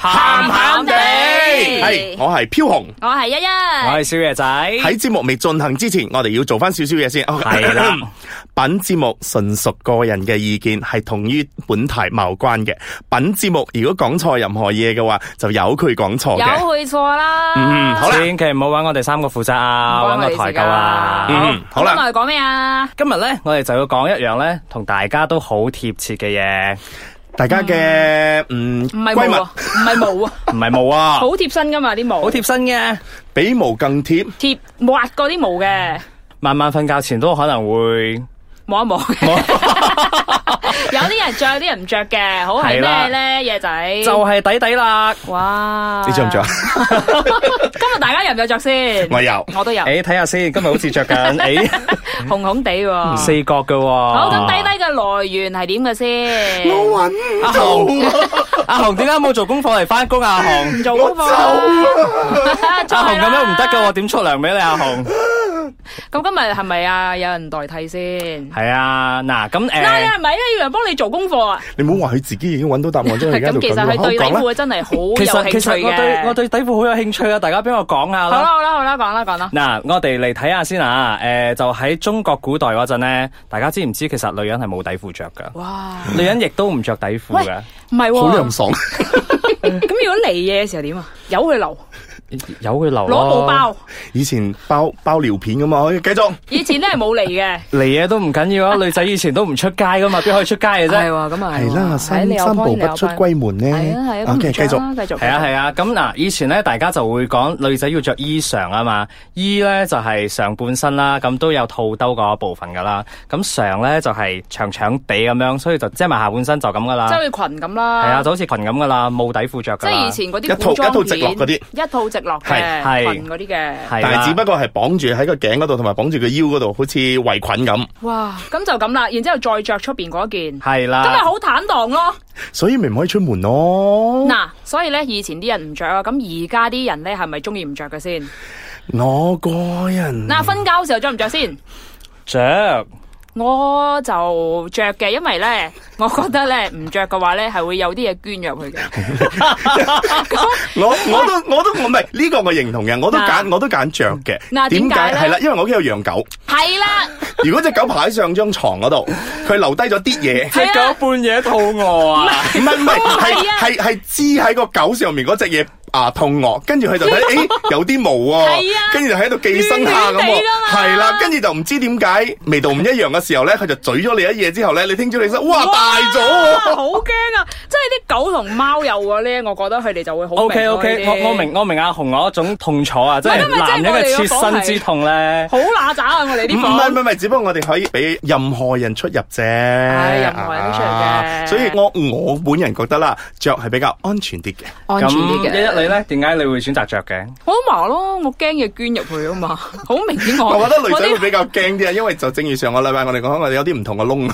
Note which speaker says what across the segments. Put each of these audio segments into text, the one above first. Speaker 1: 鹹鹹地
Speaker 2: 係我係飄紅。
Speaker 1: 我係一一，
Speaker 3: 我係小爺仔，
Speaker 2: 喺節目未進行之前，我哋要做翻少少嘢先。
Speaker 3: 係啦，
Speaker 2: 本節目純屬個人嘅意見，係同於本台無關嘅。本節目如果講錯任何嘢嘅話，就由佢講錯
Speaker 1: 有
Speaker 2: 嘅。
Speaker 1: 去錯啦。
Speaker 3: Ờ.
Speaker 2: 嗯好啦
Speaker 3: 千祈唔好揾我哋三個負責啊，
Speaker 1: Ừ, 唔關
Speaker 3: 揾
Speaker 1: 我
Speaker 3: 個
Speaker 1: 哋
Speaker 3: 台
Speaker 1: 事㗎
Speaker 3: 救啊。
Speaker 2: 嗯，好
Speaker 1: 咁
Speaker 2: 啦，
Speaker 1: 我哋講咩啊？
Speaker 3: 今日咧，我哋就要講一樣咧，同大家都好貼切嘅嘢，
Speaker 2: 大家嘅嗯
Speaker 1: 唔係
Speaker 2: 閨
Speaker 1: 毛
Speaker 2: 蜜
Speaker 1: 啊，唔係 毛啊，
Speaker 3: 唔係毛啊，
Speaker 1: 好貼身噶嘛啲毛，
Speaker 3: 好貼身嘅。
Speaker 2: 比毛更貼，
Speaker 1: 貼滑過啲毛嘅，
Speaker 3: 晚晚瞓覺前都可能會
Speaker 1: 摸一摸嘅。 有啲人着，有啲人唔着嘅，好係
Speaker 3: 係啦
Speaker 1: 咩咧？嘢仔
Speaker 3: 就係底底啦。
Speaker 1: 哇！
Speaker 2: 你着唔着？啊？
Speaker 1: 今日大家有唔有着先？
Speaker 2: 我有。
Speaker 1: 我都有，
Speaker 3: 誒，睇下先，今日好似着緊誒
Speaker 1: 紅紅地喎。
Speaker 3: 四角嘅喎。
Speaker 1: 好，
Speaker 3: 好
Speaker 1: 咁低低嘅來源係點嘅先？
Speaker 2: 我
Speaker 3: 阿紅，阿紅點解冇做功課嚟翻工啊？阿紅
Speaker 1: 唔，做功課啦，出
Speaker 3: 阿
Speaker 1: 嚟
Speaker 3: 紅咁
Speaker 1: 啦
Speaker 3: 樣唔得嘅，我點出糧俾你啊？阿紅，
Speaker 1: 咁今日係咪啊？有人代替先？
Speaker 3: 係啊，嗱咁
Speaker 1: 嗱，你
Speaker 3: 誒。
Speaker 1: 係咪咧要人幫你做功課啊？
Speaker 2: 你唔好話佢自己已經揾到答 案咗，而家喺度
Speaker 1: 咁其實
Speaker 2: 講
Speaker 1: 佢對
Speaker 2: 好
Speaker 1: 底
Speaker 2: 講啦。
Speaker 1: 褲真係好有
Speaker 3: 其實其
Speaker 1: 興趣
Speaker 3: 實我對我
Speaker 1: 嘅。
Speaker 3: 對底褲好有興趣啊！大家俾我講下
Speaker 1: 好
Speaker 3: 啦
Speaker 1: 啦。好啦好啦，講啦講啦。
Speaker 3: 嗱，我哋嚟睇下先啊！誒、就喺中國古代嗰陣咧，大家知唔知其實女人係冇底褲着噶？
Speaker 1: 哇，
Speaker 3: 女人亦都唔着底褲嘅，
Speaker 1: 唔係
Speaker 2: 好
Speaker 1: 喎
Speaker 2: 涼，爽，
Speaker 1: 咁如果嚟嘢嘅時候點啊？由佢流，
Speaker 3: 有佢留
Speaker 1: 攞布包。
Speaker 2: 以前包包尿片啊噶嘛，可以繼續。
Speaker 1: 以前咧係冇嚟嘅，
Speaker 3: 嚟嘢都唔緊要 啊！女仔以前都唔出街噶嘛，邊可以出街嘅啫？
Speaker 1: 喎，咁啊
Speaker 2: 係啦，三三步不出閨門咧。
Speaker 1: 係啊係啊，咁
Speaker 2: OK，繼
Speaker 1: 唔着
Speaker 2: 續。
Speaker 1: 啦，繼續。
Speaker 3: 係啊係啊，咁嗱，以前咧大家就會講女仔要着衣裳啊嘛，衣咧就係上半身啦，咁都有套兜嗰部分噶啦，咁裳咧就係長長地咁樣，所以就遮埋下半身就咁噶啦
Speaker 1: 即，係好似裙咁啦。
Speaker 3: 係啊，就好似裙咁噶啦，冇底褲着
Speaker 1: 即
Speaker 3: 噶
Speaker 1: 係
Speaker 3: 啦，
Speaker 1: 以前嗰
Speaker 2: 一
Speaker 1: 啲
Speaker 2: 套
Speaker 1: 古裝
Speaker 2: 一套直落嗰啲
Speaker 1: 片一套直落
Speaker 2: 係
Speaker 1: 嘅
Speaker 3: 係
Speaker 1: 裙嗰啲嘅。
Speaker 3: 係啦
Speaker 2: 但係只不過係綁住喺個頸嗰度，同埋綁住個腰嗰度，好似圍裙咁，
Speaker 1: 哇，咁就咁啦，然之後再着出邊嗰件，
Speaker 3: 係
Speaker 1: 咁咪
Speaker 3: 啦，
Speaker 1: 好坦蕩咯。
Speaker 2: 所以咪唔可以出門咯。
Speaker 1: 嗱，所以咧以前啲人唔着啊，咁而家啲人咧係咪中意唔着嘅先？
Speaker 2: 我個人
Speaker 1: 嗱，瞓覺嘅時候着唔着先？
Speaker 3: 着。
Speaker 1: 我就着嘅，因為咧， 我覺得咧唔着嘅話咧係會有啲嘢捐 入去嘅。
Speaker 2: 我我都我都我唔係呢個我認同嘅，我都
Speaker 1: 嗱
Speaker 2: 揀我都揀着嘅。
Speaker 1: 嗱點解咧
Speaker 2: 係啦，因為我屋企有養狗，
Speaker 1: 係啦，
Speaker 2: 如果只狗爬喺上張床嗰度，佢留低咗啲嘢。
Speaker 1: 係啊，
Speaker 3: 半夜肚餓啊！
Speaker 2: 唔係唔係，
Speaker 1: 係
Speaker 2: 係
Speaker 1: 啊
Speaker 2: 係係支喺個狗上面嗰隻嘢啊肚餓，跟住佢 就睇，誒有啲毛喎
Speaker 1: 係啊，
Speaker 2: 跟住就喺度寄生下咁
Speaker 1: 暖
Speaker 2: 喎
Speaker 1: 暖地啊㗎，嘛
Speaker 2: 係啦，跟住就唔知點解味道唔一樣嘅時候咧，佢就咀咗你一嘢之後咧，你聽朝起身，哇大咗
Speaker 1: 哇
Speaker 2: 喎！
Speaker 1: 好驚啊！即係啲狗同貓有嘅咧，我覺得佢哋就會好
Speaker 3: O K O
Speaker 1: 明
Speaker 3: K，
Speaker 1: 咯呢啲
Speaker 3: 我我明我明阿紅嗰種痛楚啊，即
Speaker 1: 係
Speaker 3: 係
Speaker 1: 因為
Speaker 3: 男人嘅切身之痛咧。
Speaker 1: 好乸渣啊！我哋
Speaker 2: 唔係
Speaker 1: 啲
Speaker 2: 唔係
Speaker 1: 房
Speaker 2: 唔係，只不過我哋可以俾任何人出入啫，任
Speaker 1: 任何人都出入嘅
Speaker 2: 所以我我本人覺得啦，着係比較安全啲嘅。
Speaker 1: 安
Speaker 3: 咁
Speaker 1: 全啲
Speaker 3: 一
Speaker 1: 嘅。
Speaker 3: 一你咧，點解你會選擇着嘅？
Speaker 1: 我都話咯，我驚嘢捐入去啊嘛，好明顯我。
Speaker 2: 我覺得女仔
Speaker 1: 哦我
Speaker 2: 會
Speaker 1: 啲
Speaker 2: 比較驚啲啊，因為就正如上個禮拜我哋講，我哋有啲唔同嘅窿。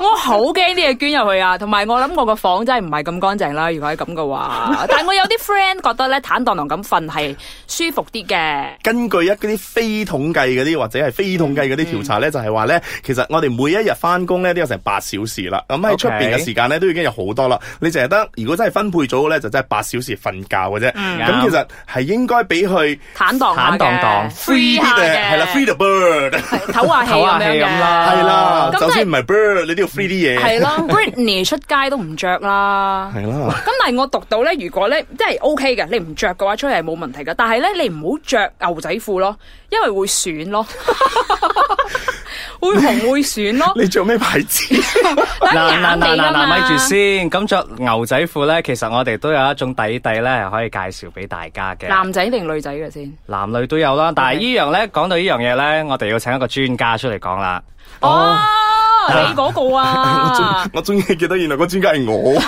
Speaker 1: 我好驚啲嘢捐入去啊，同埋我諗我個房真係唔係咁乾淨啦。如果係咁嘅話，但係我有啲 friend 覺得咧坦蕩蕩咁瞓係舒服啲嘅。
Speaker 2: 根據一啲非統計嗰啲或者係非統計嗰啲調查咧，就係話咧，其實我哋每一日翻工咧都有成八小時啦。咁喺出邊嘅
Speaker 3: OK
Speaker 2: 時間咧都已經有好多啦。你淨係得如果真係分配組咧，就真係八小時瞓覺嘅啫。咁
Speaker 3: 啱
Speaker 2: 其實係應該俾佢
Speaker 1: 坦蕩下嘅
Speaker 3: 坦蕩蕩
Speaker 2: free 啲嘅，係啦，free the bird
Speaker 1: 唞下氣
Speaker 3: 唞
Speaker 1: 咁
Speaker 3: 下氣
Speaker 1: 樣嘅
Speaker 3: 咁 啦
Speaker 2: 係啦。
Speaker 1: 咁
Speaker 2: 就
Speaker 1: 即係
Speaker 2: 算唔係 bird，你都要 free 啲嘢。
Speaker 1: 係咯，Britney 出街都唔着啦。
Speaker 2: 係啦，
Speaker 1: 咁但係我讀到咧，如果咧即係 O K 嘅，你唔着嘅話出嚟係冇問題嘅。但係咧，你唔好着牛仔褲咯，因為會損咯，會紅會損咯。
Speaker 2: 你着咩牌子？，
Speaker 1: 嗱啊
Speaker 3: 咪住先。咁着牛仔褲咧，其實我哋都有一種底底咧，係可以介紹俾大家嘅。
Speaker 1: 男仔定女仔嘅先？
Speaker 3: 男女都有啦，但係
Speaker 1: OK
Speaker 3: 依樣咧，講到依樣嘢咧，我哋要請一個專家出嚟講啦。
Speaker 1: 哦，啊，你嗰個啊
Speaker 2: 我終於記得，原來個專家係我。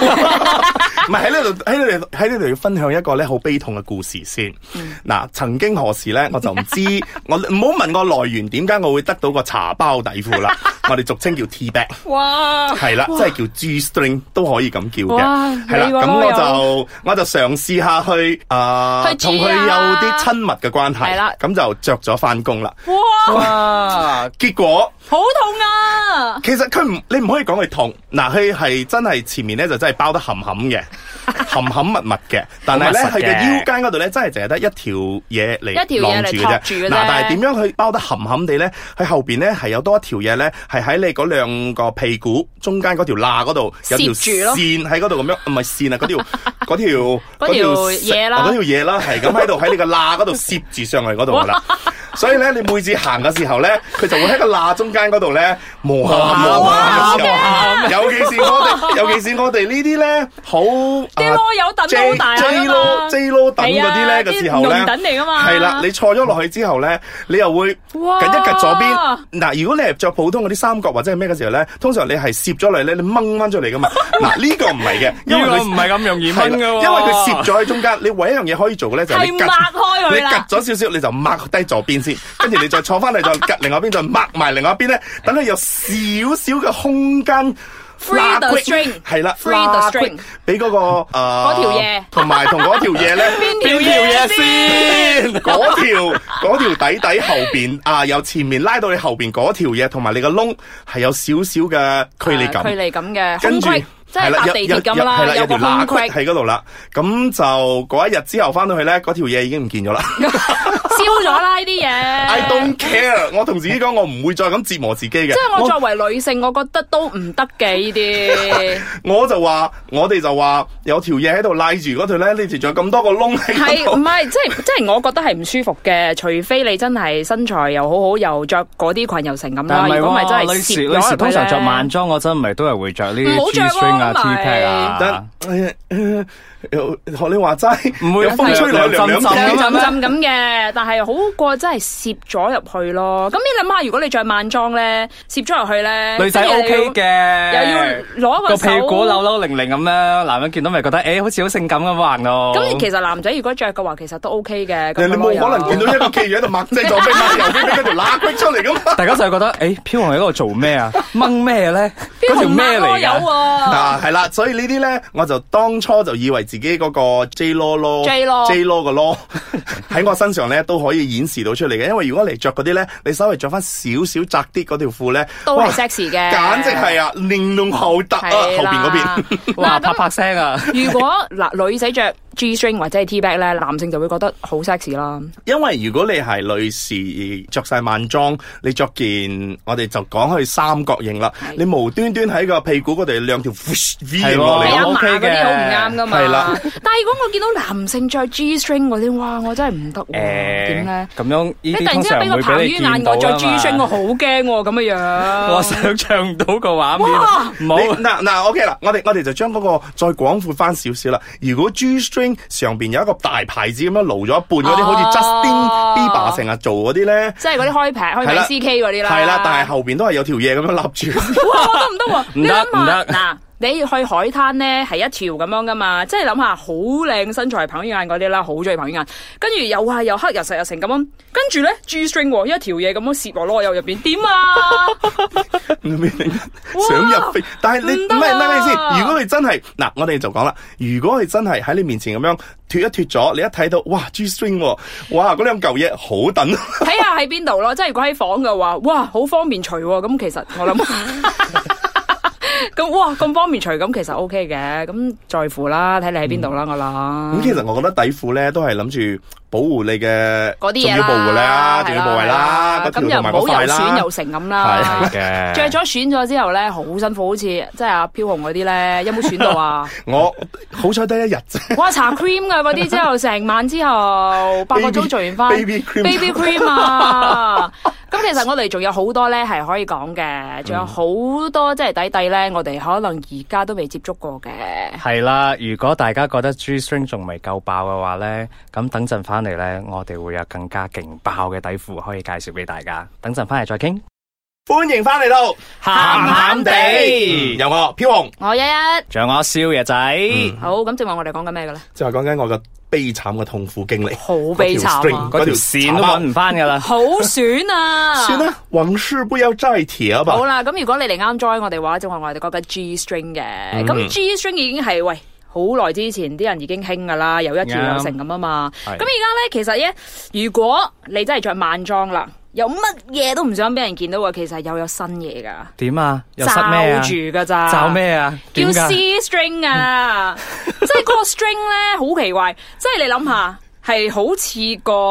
Speaker 2: 唔係喺呢度，喺呢度，喺呢度要分享一個咧好悲痛嘅故事先。
Speaker 1: 嗯
Speaker 2: 嗱、曾經何時咧，我就唔知， 我唔好問我來源，點解我會得到個茶包底褲 啦？我哋俗稱叫 T back。
Speaker 1: 哇！
Speaker 2: 係啦，即係叫 G string 都可以咁叫嘅，
Speaker 1: 哇
Speaker 2: 係啦。
Speaker 1: 你話
Speaker 2: 咁
Speaker 1: 我
Speaker 2: 我
Speaker 1: 有
Speaker 2: 就我就嘗試下去啊，
Speaker 1: 去煮
Speaker 2: 同佢有
Speaker 1: 啊
Speaker 2: 啲親密嘅關係，
Speaker 1: 係啦
Speaker 2: 咁就着咗翻工啦。
Speaker 1: 哇，
Speaker 3: 哇！
Speaker 2: 結果
Speaker 1: 好痛啊！
Speaker 2: 其實佢唔，你唔可以講佢痛，嗱，佢係真係前面咧就真係包得冚冚 嘅，冚冚密密嘅，但係咧
Speaker 3: 好
Speaker 2: 佢
Speaker 3: 密實
Speaker 2: 嘅
Speaker 3: 嘅
Speaker 2: 腰間嗰度咧真係淨係得一條嘢
Speaker 1: 一
Speaker 2: 嚟
Speaker 1: 條嘢
Speaker 2: 晾住
Speaker 1: 嚟托
Speaker 2: 嘅
Speaker 1: 住
Speaker 2: 啫。
Speaker 1: 嘅啫
Speaker 2: 嗱，但係點樣去包得冚冚地咧？佢後邊咧係有多一條嘢咧，係喺你嗰兩個屁股中間嗰條罅嗰度有條
Speaker 1: 攝住咯
Speaker 2: 線喺嗰度咁樣，唔係線啊， 嗰條嗰條
Speaker 1: 嗰條嘢啦
Speaker 2: 啊嗰條嘢啦，係咁喺度喺你個罅嗰度攝住上去嗰度噶啦。所以咧，你每次行嘅時候咧，佢就會喺個罅中間嗰度咧磨下磨下磨下，尤其是我哋，尤其是我哋呢啲咧好
Speaker 1: 啲
Speaker 2: 啊
Speaker 1: 啰柚等都
Speaker 2: J
Speaker 1: 好大
Speaker 2: J
Speaker 1: 下噶
Speaker 2: 咯
Speaker 1: 嘛
Speaker 2: J 咯等嗰啲咧
Speaker 1: 係啊
Speaker 2: 嘅時候咧，
Speaker 1: 啲龍躉嚟㗎嘛
Speaker 2: 係啦，你坐咗落去之後咧，你又會
Speaker 1: 哇
Speaker 2: 緊一趌左邊。嗱，如果你係着普通嗰啲三角或者係咩嘅時候咧，通常你係攝咗嚟咧，你掹翻出嚟噶嘛。嗱，呢個唔係嘅， 因為
Speaker 3: 呢個
Speaker 2: 佢
Speaker 3: 唔係咁容易
Speaker 2: 係
Speaker 3: 掹
Speaker 2: 啦
Speaker 3: 嘅喎，
Speaker 2: 因為佢攝咗喺中間，你唯一一樣嘢可以做嘅咧就係你
Speaker 1: 係
Speaker 2: 夾
Speaker 1: 擘開
Speaker 2: 你
Speaker 1: 佢
Speaker 2: 夾
Speaker 1: 啦，
Speaker 2: 咗少少，你就擘低左邊 先，跟住你再坐翻嚟，再夾另外一邊，再擘埋另外一邊咧，等佢有少少嘅空間。
Speaker 1: Free the
Speaker 2: 罅隙
Speaker 1: string
Speaker 2: 係啦
Speaker 1: Free the
Speaker 2: 罅隙
Speaker 1: string
Speaker 2: 俾嗰個誒嗰
Speaker 1: 條嘢
Speaker 2: 同埋同嗰條嘢咧，
Speaker 1: 邊條
Speaker 3: 邊條嘢先？
Speaker 2: 嗰條嗰條底底後邊啊，由前面拉到你後邊嗰條嘢，同埋你個窿係有少少嘅距離感
Speaker 1: 啊距。離感嘅，
Speaker 2: 跟住
Speaker 1: 空隙即係搭
Speaker 2: 有
Speaker 1: 地
Speaker 2: 有
Speaker 1: 鐵咁
Speaker 2: 有係
Speaker 1: 啦，有
Speaker 2: 有條
Speaker 1: 個空
Speaker 2: 罅
Speaker 1: 隙
Speaker 2: 隙喺嗰度啦。咁就嗰一日之後翻到去咧，嗰條嘢已經唔見咗啦。
Speaker 1: 燒咗啦呢啲嘢。
Speaker 2: I don't care，我同自己講，我唔會再咁折磨自己嘅。
Speaker 1: 即係我作為女性，我覺得都唔得嘅呢啲，
Speaker 2: 我我就話，我哋就話有條嘢喺度拉住嗰條咧，你條仲有咁多個窿喺
Speaker 1: 係唔嗯
Speaker 2: 度。
Speaker 1: 係？即係即係，我覺得係唔舒服嘅。除非你真係身材又好好，又着嗰啲裙又成咁啦。
Speaker 3: 但係
Speaker 1: 如果唔係真
Speaker 3: 喎，
Speaker 1: 係
Speaker 3: 女士
Speaker 1: 攝咗
Speaker 3: 女
Speaker 1: 入去
Speaker 3: 士通常
Speaker 1: 呢
Speaker 3: 着晚裝，我真唔係都係會着呢
Speaker 1: 唔好
Speaker 3: 啲
Speaker 1: 着咯
Speaker 3: G-string 啊、T
Speaker 1: 咪
Speaker 3: pack 啊
Speaker 2: 但。哎係誒又學你話齋，
Speaker 3: 唔會啊
Speaker 2: 有風吹來涼涼
Speaker 3: 涼
Speaker 2: 地
Speaker 1: 兩
Speaker 3: 浸浸。
Speaker 1: 浸浸咁嘅，但係好過真係攝咗入去咯。咁你諗下，如果你着晚裝咧，攝咗入去咧，
Speaker 3: 女仔
Speaker 1: 跟住又要
Speaker 3: OK 嘅，
Speaker 1: 又要攞個
Speaker 3: 個
Speaker 1: 手
Speaker 3: 屁股扭扭零零咁樣，男人見到咪覺得誒好似好性感咁行咯。
Speaker 1: 咁其實男仔如果着嘅話，其實都 OK 嘅。咁
Speaker 2: 你冇可能見到一個企 魚喺度擘低左邊擘右邊，跟條罅隙出嚟咁。
Speaker 3: 大家就係覺得誒飄紅喺度做咩 啊？掹咩咧？
Speaker 1: 邊
Speaker 3: 嗰條
Speaker 1: 紅
Speaker 3: 咩
Speaker 1: 孖
Speaker 3: 嚟
Speaker 1: 有
Speaker 3: 㗎？
Speaker 1: 喎？
Speaker 2: 嗱，啊係啦，所以呢啲咧，我就當初就以為自己嗰個 J 咯咯
Speaker 1: J 咯
Speaker 2: J 咯個咯 喺我身上咧都可以顯示到出嚟嘅，因為如果你着嗰啲咧，你稍微着翻少少窄啲嗰條褲咧，
Speaker 1: 都
Speaker 2: 哇
Speaker 1: 係 sexy 嘅，
Speaker 2: 簡直係啊，玲瓏厚突啊，後邊嗰邊。
Speaker 1: 邊
Speaker 3: 哇啪啪聲啊！
Speaker 1: 如果嗱女仔着 G string 或者係 T back 咧，男性就會覺得好 sexy 啦。
Speaker 3: 哦
Speaker 2: 因為如果你係女士着晒晚裝，你着件我哋就講去三角形啦
Speaker 1: 係，
Speaker 2: 你無端端喺個屁股嗰度兩條 V
Speaker 3: 係喎
Speaker 2: 型落
Speaker 3: 你
Speaker 1: 係
Speaker 2: 嚟咯，
Speaker 1: 啊，
Speaker 3: 都
Speaker 1: 麻
Speaker 3: OK
Speaker 1: 嗰啲好唔啱噶嘛。
Speaker 2: 嘅係啦
Speaker 1: 但係如果我見到男性着 G string 嗰啲，哇，我真係唔得喎。點咧？
Speaker 3: 咁樣呢
Speaker 1: 你突
Speaker 3: 啲
Speaker 1: 然之
Speaker 3: 通
Speaker 1: 間
Speaker 3: 常
Speaker 1: 俾個
Speaker 3: 會
Speaker 1: 彭
Speaker 3: 俾
Speaker 1: 于
Speaker 3: 你見
Speaker 1: 晏
Speaker 3: 到
Speaker 1: 我
Speaker 3: 啊
Speaker 1: 着 G string，我
Speaker 3: 嘛。
Speaker 1: 好驚喎，咁嘅樣。
Speaker 3: 我想象唔到個畫
Speaker 1: 哇
Speaker 3: 面，唔
Speaker 2: 你
Speaker 3: 好。
Speaker 2: 嗱嗱 OK 啦，我哋我哋就將嗰個再廣闊翻少少啦。如果 G string 上邊有一個大牌子咁樣露咗一半嗰啲，好似 Justin
Speaker 1: 哦
Speaker 2: Bieber 成日做嗰啲咧，
Speaker 1: 即係嗰啲開平開
Speaker 2: 係啦
Speaker 1: 平 C K 嗰啲啦。
Speaker 2: 係啦，但係後邊都係有條嘢咁樣立 住。
Speaker 1: 哇，我都唔得喎！
Speaker 3: 唔得
Speaker 1: 你
Speaker 3: 唔
Speaker 1: 諗下
Speaker 3: 得
Speaker 1: 嗱，你去海灘咧係一條咁樣噶嘛，即係諗下好靚身材彭于晏嗰啲啦，好中意彭于晏，跟住又話又黑又實又成咁樣，跟住咧 G string 喎，一條嘢咁樣攝落攞右入邊，點啊？
Speaker 2: 你明唔明想入非，但係你咩
Speaker 1: 唔得
Speaker 2: 咩咩
Speaker 1: 啊
Speaker 2: 先？如果佢真係嗱，我哋就講啦，如果佢真係喺你面前咁樣脱一脱咗，你一睇到哇 G string，喎哇嗰兩嚿嘢好等，
Speaker 1: 睇下喺邊度咯，即係如果喺房嘅話，哇，好方便除喎，咁其實我諗。 咁哇咁方便除咁其實 O K 嘅，咁在乎啦，睇你喺邊度啦，我
Speaker 2: 咁
Speaker 1: 諗。
Speaker 2: 其實我覺得底褲咧都係諗住保護你嘅
Speaker 1: 嗰
Speaker 2: 重
Speaker 1: 啲嘢
Speaker 2: 要
Speaker 1: 啦，
Speaker 2: 部位啦，重要部位啦，嗰
Speaker 1: 係咁
Speaker 2: 條同
Speaker 1: 又唔
Speaker 2: 埋
Speaker 1: 好
Speaker 2: 嗰塊
Speaker 1: 又損
Speaker 2: 啦
Speaker 1: 又。成咁啦。
Speaker 3: 嘅
Speaker 1: 着咗選咗之後咧，好辛苦，好似即係阿飄紅嗰啲咧，有冇選到啊？
Speaker 2: 我好彩得一日啫，
Speaker 1: 哇，搽 cream 嘅嗰啲之後，成晚之後八個鐘做完翻
Speaker 2: Baby cream
Speaker 1: baby cream 啊！咁其實我哋仲有好多咧係可以講嘅，仲有好多即係底底咧，我哋可能而家都未接觸過嘅。
Speaker 3: 係啦，如果大家覺得 G string 仲未夠爆嘅話呢，咁等陣翻嚟呢，我哋會有更加勁爆嘅底褲可以介紹俾大家。等陣翻嚟再傾。
Speaker 2: 欢迎翻嚟到
Speaker 3: 鹹鹹地
Speaker 2: 嗯有我飘紅，
Speaker 1: 我一一
Speaker 3: 仲有我宵嘅仔，
Speaker 1: 好咁，正話我哋講緊咩嘅咧？
Speaker 2: 就係講緊我嘅悲慘嘅痛苦經歷，
Speaker 1: 好悲慘啊
Speaker 2: 嗰條 string，
Speaker 3: 嗰條
Speaker 2: 嗰
Speaker 3: 線
Speaker 2: 條
Speaker 3: 都
Speaker 2: 慘啊
Speaker 3: 揾唔翻噶啦。
Speaker 1: 好選 啊！
Speaker 2: 算啦，往事不要再提啊吧
Speaker 1: 好。啦，咁如果你哋啱 join 我哋話，正話我哋講緊 G string 嘅，咁、G string 已經係喂。好耐之前啲人已經興噶啦，有一條有成咁啊嘛。咁
Speaker 3: 係
Speaker 1: 而家咧，其實咧，如果你真係着晚裝啦，有乜嘢都唔想俾人見到嘅，其實又有新嘢噶，
Speaker 3: 點啊？又塞咩
Speaker 1: 罩
Speaker 3: 啊？
Speaker 1: 住噶咋？
Speaker 3: 罩咩啊？
Speaker 1: 叫
Speaker 3: 點㗎
Speaker 1: C string 啊，即係嗰個 string 咧好奇怪，即係你諗下，係好似個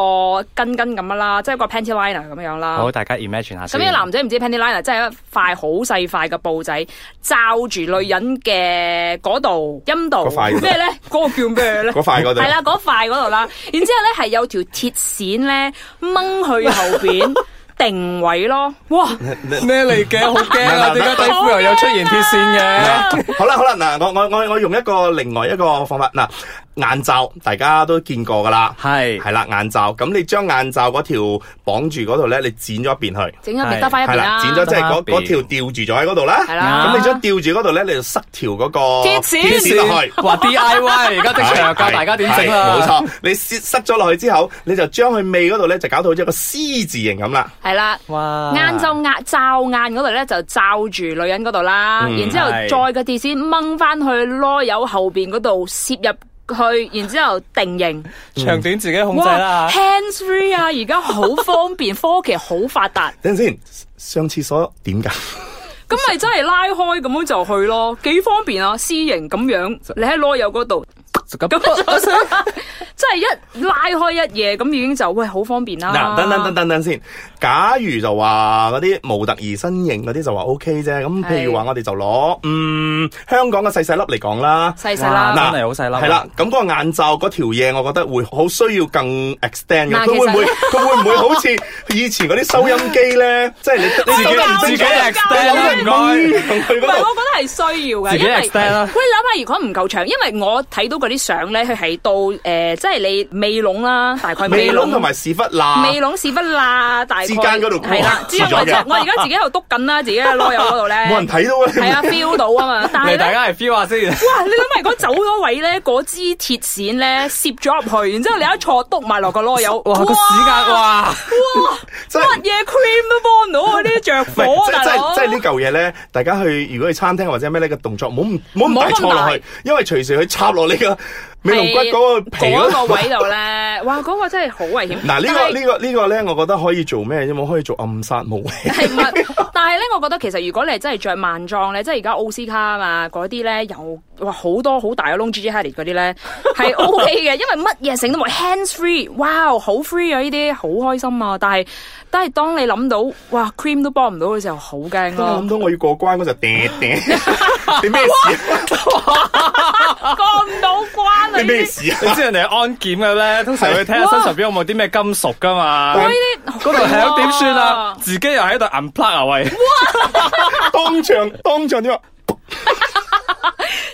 Speaker 1: 巾巾咁樣啦，即係個 panty liner 咁樣啦。
Speaker 3: 好，大家 imagine 下
Speaker 1: 啊咁
Speaker 3: 先。
Speaker 1: 啲男仔唔知 panty liner 真係一塊好細塊嘅布仔罩住女人嘅嗰度陰道
Speaker 2: 嗰塊
Speaker 1: 咩咧？嗰、個叫咩咧？
Speaker 2: 嗰塊嗰度
Speaker 1: 係啦，嗰塊嗰度啦。然之後咧係有條鐵線咧掹去後邊 定位咯。哇！
Speaker 3: 咩嚟嘅？好驚
Speaker 2: 啊點解
Speaker 1: 底褲又有出現
Speaker 3: 鐵線嘅？
Speaker 2: 好啦好啦，嗱，我我我我用一個另外一個方法，嗱，眼罩大家都見過噶啦，
Speaker 3: 係
Speaker 2: 係啦，眼罩，咁你將眼罩嗰條綁住嗰度咧，你剪咗一邊去。
Speaker 1: 整咗咪得翻一
Speaker 2: 係
Speaker 1: 邊啊啦，
Speaker 2: 啦，剪咗即係嗰
Speaker 3: 得
Speaker 2: 嗰
Speaker 3: 返一邊
Speaker 2: 條吊住咗喺嗰度啦。
Speaker 1: 係啦
Speaker 2: 咁你將吊住嗰度咧，你就塞條嗰個
Speaker 1: 鐵線
Speaker 2: 鐵線落去。
Speaker 3: 話 D I Y，而家 即場教大家點整啦。
Speaker 2: 係冇錯，你塞塞咗落去之後，你就將佢尾嗰度咧就搞到好似一個 C 字形咁啦。
Speaker 1: 係啦。
Speaker 3: 哇！
Speaker 1: 晏晝壓罩眼嗰度咧就罩住女人嗰度啦，
Speaker 2: 嗯
Speaker 1: 然之
Speaker 3: 係
Speaker 1: 後再個鐵線掹翻去囉柚後邊嗰度攝入去，然之後定型。
Speaker 3: 嗯長短自己控制
Speaker 1: 哇
Speaker 3: 啦。
Speaker 1: ，hands free 啊，而家好方便，科技好發達，
Speaker 2: 等陣先，上廁所點㗎？
Speaker 1: 咁咪真係拉開咁樣就去咯，幾方便啊！私營咁樣，你喺囉柚嗰度，
Speaker 3: 咁
Speaker 1: 真係一拉開一嘢咁已經就喂好方便啦。
Speaker 2: 嗱，等等等等等先。假如就話嗰啲模特兒身形嗰啲就話 O K 啫。咁譬如話我哋就攞嗯香港嘅細細粒嚟講啦。
Speaker 1: 細細啦。
Speaker 3: 哇真係好細粒啊
Speaker 2: 係啦，咁嗰個眼罩嗰條嘢，我覺得會好需要更 extend 嘅。
Speaker 1: 嗱
Speaker 2: 佢
Speaker 1: 其
Speaker 2: 會唔
Speaker 1: 實
Speaker 2: 會佢會唔會好似以前嗰啲收音機咧？即係你你自己唔
Speaker 3: 自
Speaker 2: 知
Speaker 3: 己
Speaker 2: 嘅
Speaker 1: 教
Speaker 3: extend 啦，唔該。
Speaker 2: 佢
Speaker 1: 唔係，
Speaker 2: 嗰度。
Speaker 1: 我覺得係需要嘅，
Speaker 3: 自己
Speaker 1: 因為
Speaker 3: extend 啦
Speaker 1: 喂，你諗下，如果唔夠長，因為我睇到嗰啲相咧，佢係到誒，即係你尾籠啦，大 概
Speaker 2: 尾窿
Speaker 1: 籠
Speaker 2: 同埋。屎忽罅，
Speaker 1: 尾籠屎忽罅，大概
Speaker 2: 之間嗰度
Speaker 1: 係啦
Speaker 2: 哇，
Speaker 1: 之間
Speaker 2: 黐咗嘅
Speaker 1: 我我而家自己喺度篤緊啦，自己喺攞油嗰度咧，
Speaker 2: 冇人睇到啊！
Speaker 1: 係啊 feel 到 啊嘛，但係
Speaker 3: 嚟大
Speaker 1: 咧。
Speaker 3: 家嚟 feel 下先。
Speaker 1: 哇！你諗下，如果走咗位咧，嗰支鐵線咧攝咗入去，然之後你一坐篤埋落個籮柚，
Speaker 3: 哇！個屎眼哇！
Speaker 2: 真
Speaker 1: 乜嘢 cream 都幫唔到我呢啲着
Speaker 2: 唔係
Speaker 1: 火啊，
Speaker 2: 即係
Speaker 1: 大佬
Speaker 2: 即係即係呢嚿嘢咧，大家去如果去餐廳或者咩呢個動作，唔好唔唔好咁
Speaker 1: 唔好
Speaker 2: 大
Speaker 1: 咁
Speaker 2: 錯落
Speaker 1: 大
Speaker 2: 去，因為隨時佢插落你個尾龍骨
Speaker 1: 係
Speaker 2: 嗰個皮
Speaker 1: 嗰
Speaker 2: 嗰
Speaker 1: 個
Speaker 2: 度。
Speaker 1: 位度咧，哇！嗰個真係好危險。
Speaker 2: 嗱呢
Speaker 1: 但係
Speaker 2: 個呢個呢個咧，我覺得可以做咩啫嘛？可以做暗殺武器。
Speaker 1: 係唔係？但係咧，我覺得其實如果你係真係着晚裝咧，即係而家奧斯卡啊嘛，嗰啲咧有哇好多好大嘅窿，G G Hadid 嗰啲咧係 O K 嘅，因為乜嘢繩都冇，hands free，哇，好 free 啊！呢啲好開心啊！但係但係當你諗到哇 cream 都幫唔到嘅時候，好驚
Speaker 2: 當我
Speaker 1: 咯
Speaker 2: 諗。到我要過關嗰陣，嗲嗲，你 咩事啊？
Speaker 1: 過 唔到關啊！
Speaker 2: 你
Speaker 1: 呢
Speaker 2: 咩
Speaker 1: 啲
Speaker 2: 事啊？
Speaker 3: 你知人哋安檢嘅咧，通常會睇下身上邊有冇啲咩金屬噶嘛。
Speaker 1: 呢啲
Speaker 3: 嗰度響點算啊？自己又喺度 unplug 啊喂！
Speaker 2: 當場當場點啊？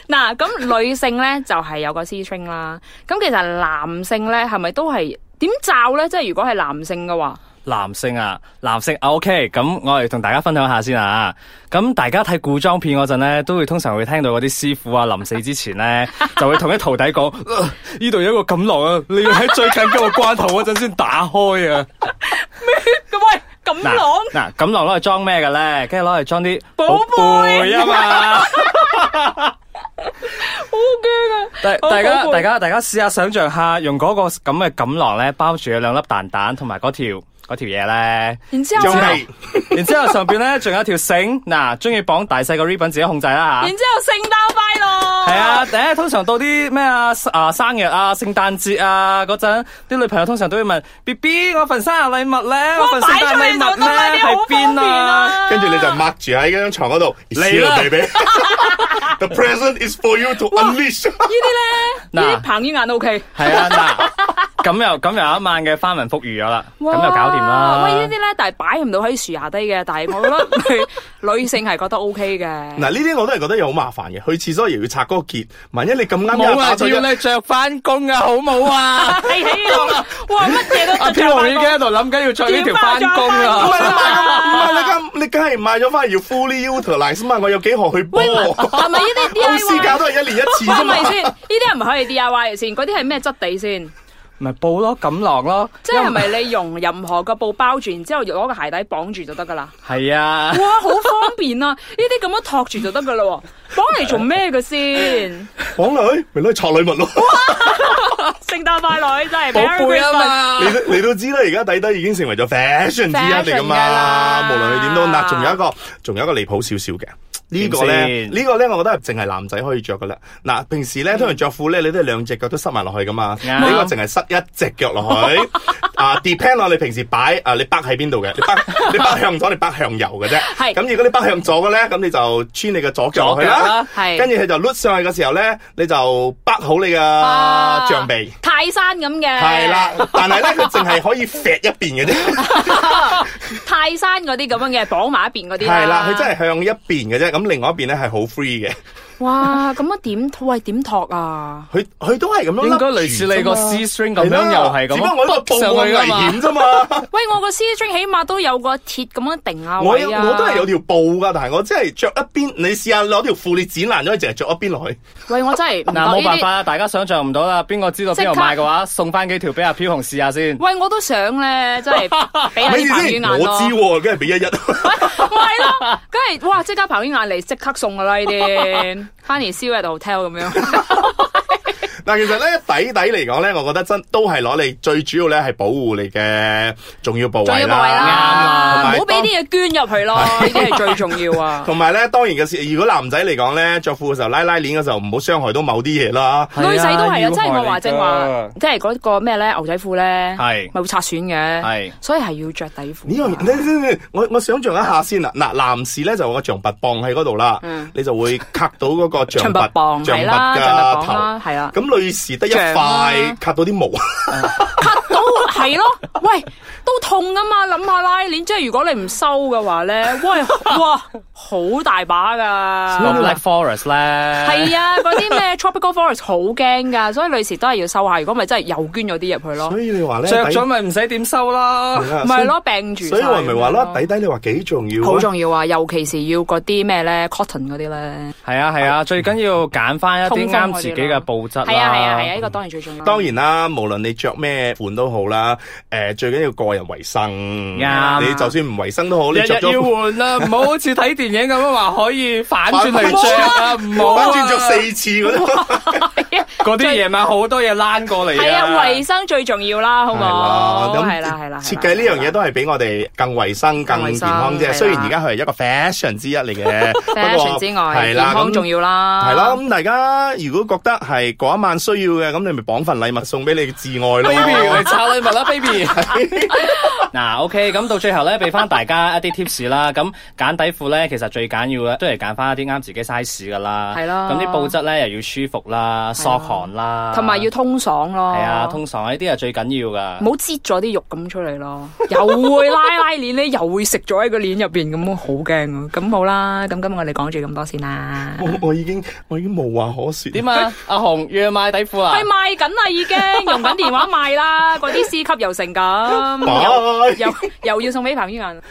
Speaker 1: 嗱，咁女性咧就係、有個 C string 啦。咁其實男性咧係咪都係點罩咧？即係如果係男性嘅話，
Speaker 3: 男性啊，男性啊，OK，咁我嚟同大家分享下先啊。咁大家睇古裝片嗰陣咧，都會通常會聽到嗰啲師傅啊，臨死之前 咧，就會同啲徒弟講：呃呢度有一個錦囊啊，你要喺最近嗰個關頭嗰陣先打開啊。
Speaker 1: 咁喂咁
Speaker 3: 嗱
Speaker 1: 朗。
Speaker 3: 嗱，錦囊攞嚟裝咩嘅咧？跟住攞嚟裝啲
Speaker 1: 寶貝
Speaker 3: 啊嘛。
Speaker 1: 好驚啊！
Speaker 3: 大
Speaker 1: 好
Speaker 3: 大家
Speaker 1: 好攰
Speaker 3: 大家大家試下想像下，用嗰個咁嘅錦囊咧包住有兩粒蛋蛋同埋嗰條嗰條嘢咧，
Speaker 1: 然之後
Speaker 2: 仲
Speaker 1: 咧，
Speaker 2: 係
Speaker 3: 然之後上邊咧仲有條繩，嗱，中意綁大細個 ribbon 自己控制啦
Speaker 1: 然
Speaker 3: 嚇。
Speaker 1: 之後聖誕快樂。
Speaker 3: 係啊，誒通常到啲咩啊啊生日啊、聖誕節啊嗰陣，啲女朋友通常都會問 B B 我份生日禮物咧，我份聖誕禮物咧喺邊啊？
Speaker 2: 跟住你就抹住喺張床嗰度，
Speaker 3: 嚟啦
Speaker 2: baby。The present is for you to unleash。
Speaker 1: 呢啲咧，
Speaker 3: 嗱
Speaker 1: 呢啲彭于晏 O K。
Speaker 3: 係啊，嗱，咁又咁又有一晚嘅翻雲覆雨咗啦，咁
Speaker 1: 哇
Speaker 3: 就搞掂啦。
Speaker 1: 喂，呢啲咧，但係擺唔到喺樹下低嘅，但係我覺 得女女性係覺得 O K 嘅。！
Speaker 2: 嗱呢啲我都係覺得又好麻煩嘅，去廁所又要拆嗰個結，萬一你咁啱
Speaker 3: 冇
Speaker 2: 又
Speaker 3: 啊，
Speaker 2: 打咗
Speaker 3: 要
Speaker 2: 一，
Speaker 3: 你着翻工啊，好冇 啊
Speaker 1: 哎呀，哇，乜嘢都
Speaker 3: 阿
Speaker 1: 着
Speaker 3: 飘
Speaker 1: 上
Speaker 3: 我
Speaker 1: 返
Speaker 3: 已經
Speaker 1: 工
Speaker 3: 喺度諗緊要着呢條翻工
Speaker 2: 唔係
Speaker 3: 啦。
Speaker 2: 你買 個啊唔係你梗你梗係買咗翻嚟要 fully utilize 嘛，我有幾何去 波？
Speaker 3: 哎
Speaker 1: 喂，係咪呢啲 D
Speaker 2: 公
Speaker 1: I
Speaker 2: 司
Speaker 1: Y？
Speaker 2: 價都係一年一次啫嘛
Speaker 1: 係咪。先？呢啲係咪可以 D I Y 嘅先？嗰啲係咩質地先？
Speaker 3: 咪布咯，錦囊咯，
Speaker 1: 即係咪你用任何個布包住，然之後攞個鞋底綁住就得噶啦？
Speaker 3: 係啊。
Speaker 1: 哇，好方便啊！呢啲咁樣托住就得噶啦喎，綁嚟做咩嘅先？
Speaker 2: 講哎女咪攞去拆禮物咯。
Speaker 1: 聖誕快樂，真係
Speaker 3: 寶
Speaker 1: Merry
Speaker 3: 貝啊
Speaker 1: Christmas！
Speaker 3: 嘛，
Speaker 2: 你都你都知啦，而家底底已經成為咗 fashion 之一嚟噶
Speaker 1: Fashion 㗎啦
Speaker 2: 嘛。無論你點都嗱，仲有一個，仲有一個離譜少少嘅。呢個咧，
Speaker 3: 點先嗯
Speaker 2: 呢個咧，我覺得淨係男仔可以着噶啦。嗱，平時咧通常着褲咧，你都係兩隻腳都塞埋落去噶嘛。
Speaker 3: 啱
Speaker 2: 呢個淨係塞一隻腳落 去。啊，depend on 你平時擺啊，你北喺邊度嘅？你 北你北向左，你北向右嘅啫。
Speaker 1: 係
Speaker 2: 咁如果你北向左嘅咧，咁你就穿你嘅左腳落去
Speaker 3: 左腳
Speaker 2: 啦
Speaker 3: 啦。
Speaker 1: 係
Speaker 2: 跟住佢就碌上去嘅時候咧，你就北好你嘅象鼻。
Speaker 1: 泰山咁 嘅，
Speaker 2: 系啦，
Speaker 1: 啊
Speaker 2: 但係咧佢淨係可以揈一邊嘅 啫，
Speaker 1: 泰山嗰啲咁樣嘅綁埋一邊嗰啲
Speaker 2: 係啦，佢真係向一邊嘅啫，咁另外一邊咧係好 free 嘅，
Speaker 1: 哇，咁樣點喂點托啊？
Speaker 2: 佢佢都係咁樣，
Speaker 3: 應該類似你個 C string 咁樣，
Speaker 2: 係啦
Speaker 3: 又係
Speaker 2: 只不過
Speaker 3: 咁
Speaker 2: 我呢個
Speaker 3: 樣
Speaker 2: 報
Speaker 3: 上
Speaker 2: 案
Speaker 3: 去
Speaker 2: 危
Speaker 3: 噶嘛。
Speaker 2: 險啫 嘛，
Speaker 1: 喂，我個 C string 起碼都有個鐵咁樣定啊
Speaker 2: 我
Speaker 1: 位
Speaker 2: 有
Speaker 1: 啊！
Speaker 2: 我都係有條布噶，但係我真係着一邊，你試下攞條褲你剪爛咗，淨係着一邊落去，
Speaker 1: 喂，我真係唔
Speaker 3: 嗱，
Speaker 1: 覺
Speaker 3: 冇
Speaker 1: 呢
Speaker 3: 辦
Speaker 1: 啲
Speaker 3: 法啦，大家想象唔到啦。邊個知道邊
Speaker 1: 即
Speaker 3: 度
Speaker 1: 刻
Speaker 3: 買嘅話，送翻幾條俾阿飄紅試下先。
Speaker 1: 喂，我都想咧，真係俾 下
Speaker 2: 咪
Speaker 1: 啲彭于
Speaker 2: 先
Speaker 1: 晏
Speaker 2: 我
Speaker 1: 咯
Speaker 2: 知，喎，梗係俾一一，
Speaker 1: 係咯，梗係哇！即刻彭于晏嚟，即刻送噶啦呢啲，Honey s e a l at hotel 咁樣，
Speaker 2: 但其實咧底底嚟講咧，我覺得真都係攞嚟最主要咧係保護你嘅重要部
Speaker 1: 仲
Speaker 2: 位
Speaker 1: 要部位
Speaker 3: 啱
Speaker 1: 啦，
Speaker 2: 啦
Speaker 1: 唔好俾啲嘢捐入去咯，呢啲係最重要啊！
Speaker 2: 同埋咧，當然嘅事，如果男仔嚟講咧，着褲嘅時候拉拉鏈嘅時候，唔好傷害到某啲嘢啦。
Speaker 3: 係啊
Speaker 1: 女仔都係啊，
Speaker 3: 要
Speaker 1: 即係我話正
Speaker 3: 害你
Speaker 1: 話
Speaker 3: 㗎，
Speaker 1: 即係嗰個咩咧牛仔褲咧，
Speaker 3: 係
Speaker 1: 咪會擦損嘅，
Speaker 3: 係
Speaker 1: 所以係要着底
Speaker 2: 呢樣
Speaker 1: 褲㗎。
Speaker 2: 呢呢呢我我想象一下先啦。啊嗱，男士咧就有個象拔蚌喺嗰度啦
Speaker 1: 嗯，
Speaker 2: 你就會卡到嗰個象
Speaker 1: 長
Speaker 2: 拔
Speaker 1: 白棒
Speaker 2: 象
Speaker 1: 係啦，長白
Speaker 2: 拔
Speaker 1: 棒啦
Speaker 2: 嘅，
Speaker 1: 係啦，
Speaker 2: 頭。咁女士得一
Speaker 1: 象啦
Speaker 2: 塊卡到啲毛，
Speaker 1: 都係咯，喂，都痛噶嘛，諗下拉鏈，即係如果你唔收嘅話咧，喂，哇，好大把
Speaker 3: 個
Speaker 1: 噶。
Speaker 3: Black Forest 咧，
Speaker 1: 係 啊，嗰啲咩 tropical forest 好驚噶，所以女士都係要收下，如果咪真係又捐咗啲入去咯，
Speaker 2: 所以你話咧
Speaker 3: 着
Speaker 2: 底
Speaker 3: 咗咪唔使點收啦。
Speaker 1: 咪係咯，病住晒
Speaker 2: 所以我咪話
Speaker 1: 咁樣
Speaker 2: 咯，底底你話幾重要啊
Speaker 1: 好重要啊，尤其是要嗰啲咩咧 cotton 嗰啲咧，
Speaker 3: 係啊係啊，最緊要揀翻一啲
Speaker 1: 通風嗰啲
Speaker 3: 啱
Speaker 1: 咯
Speaker 3: 自己嘅布質啦。
Speaker 1: 係啊係啊係啊，呢個當然最重要。
Speaker 2: 當然啦，無論你着咩款都好啦，誒最緊要個人衞生。
Speaker 3: 啱
Speaker 2: 你就算唔衞生都好，你
Speaker 3: 日
Speaker 2: 着
Speaker 3: 日
Speaker 2: 咗
Speaker 3: 要
Speaker 2: 褲
Speaker 3: 換啦，唔好好似睇電影咁樣話可以反轉嚟着啊， 唔好
Speaker 2: 翻
Speaker 3: 啊
Speaker 2: 轉着四次嗰啲。
Speaker 3: 嗰啲夜晚好多嘢躝過 嚟
Speaker 1: 係啊，衞生最重要啦，好
Speaker 2: 係啦
Speaker 1: 冇？，
Speaker 2: 咁
Speaker 1: 係啦係啦，
Speaker 2: 設計呢樣嘢都係俾我哋更衞生、
Speaker 1: 更
Speaker 2: 更
Speaker 1: 衞生
Speaker 2: 健康
Speaker 1: 係啦
Speaker 2: 啫。雖然而家佢係一個 fashion 之一嚟嘅
Speaker 1: fashion 之外，健康重。要
Speaker 2: 不
Speaker 1: 啦，
Speaker 2: 過係啦，咁係啦咁大家如果覺得係嗰一晚需要嘅，咁你咪綁份禮物送俾你嘅摯愛咯。
Speaker 3: baby 嚟拆禮物啦，baby。嗱，OK，咁到最後咧，俾翻大家一啲 tips 啦。咁揀底褲咧，其實最緊要咧，都係揀翻一啲啱自己 size 噶啦。
Speaker 1: 係啦
Speaker 3: 咁啲布質咧又要舒服啦，索汗啦，
Speaker 1: 同埋要通爽咯，
Speaker 3: 係啊，通常呢啲係最緊要噶。
Speaker 1: 唔好擠咗啲肉咁出嚟咯， 又會拉拉鏈咧，又會食咗喺個鏈入邊，咁好驚啊！咁好啦，咁今日我哋講住咁多先啦，
Speaker 2: 我我已經我已經無話可説。
Speaker 3: 點啊？阿紅要買底褲 啊
Speaker 1: 係？賣緊啦，已經用緊電話賣啦，嗰啲 C 級又成咁，又
Speaker 2: 拜
Speaker 1: 又又要送俾彭于晏。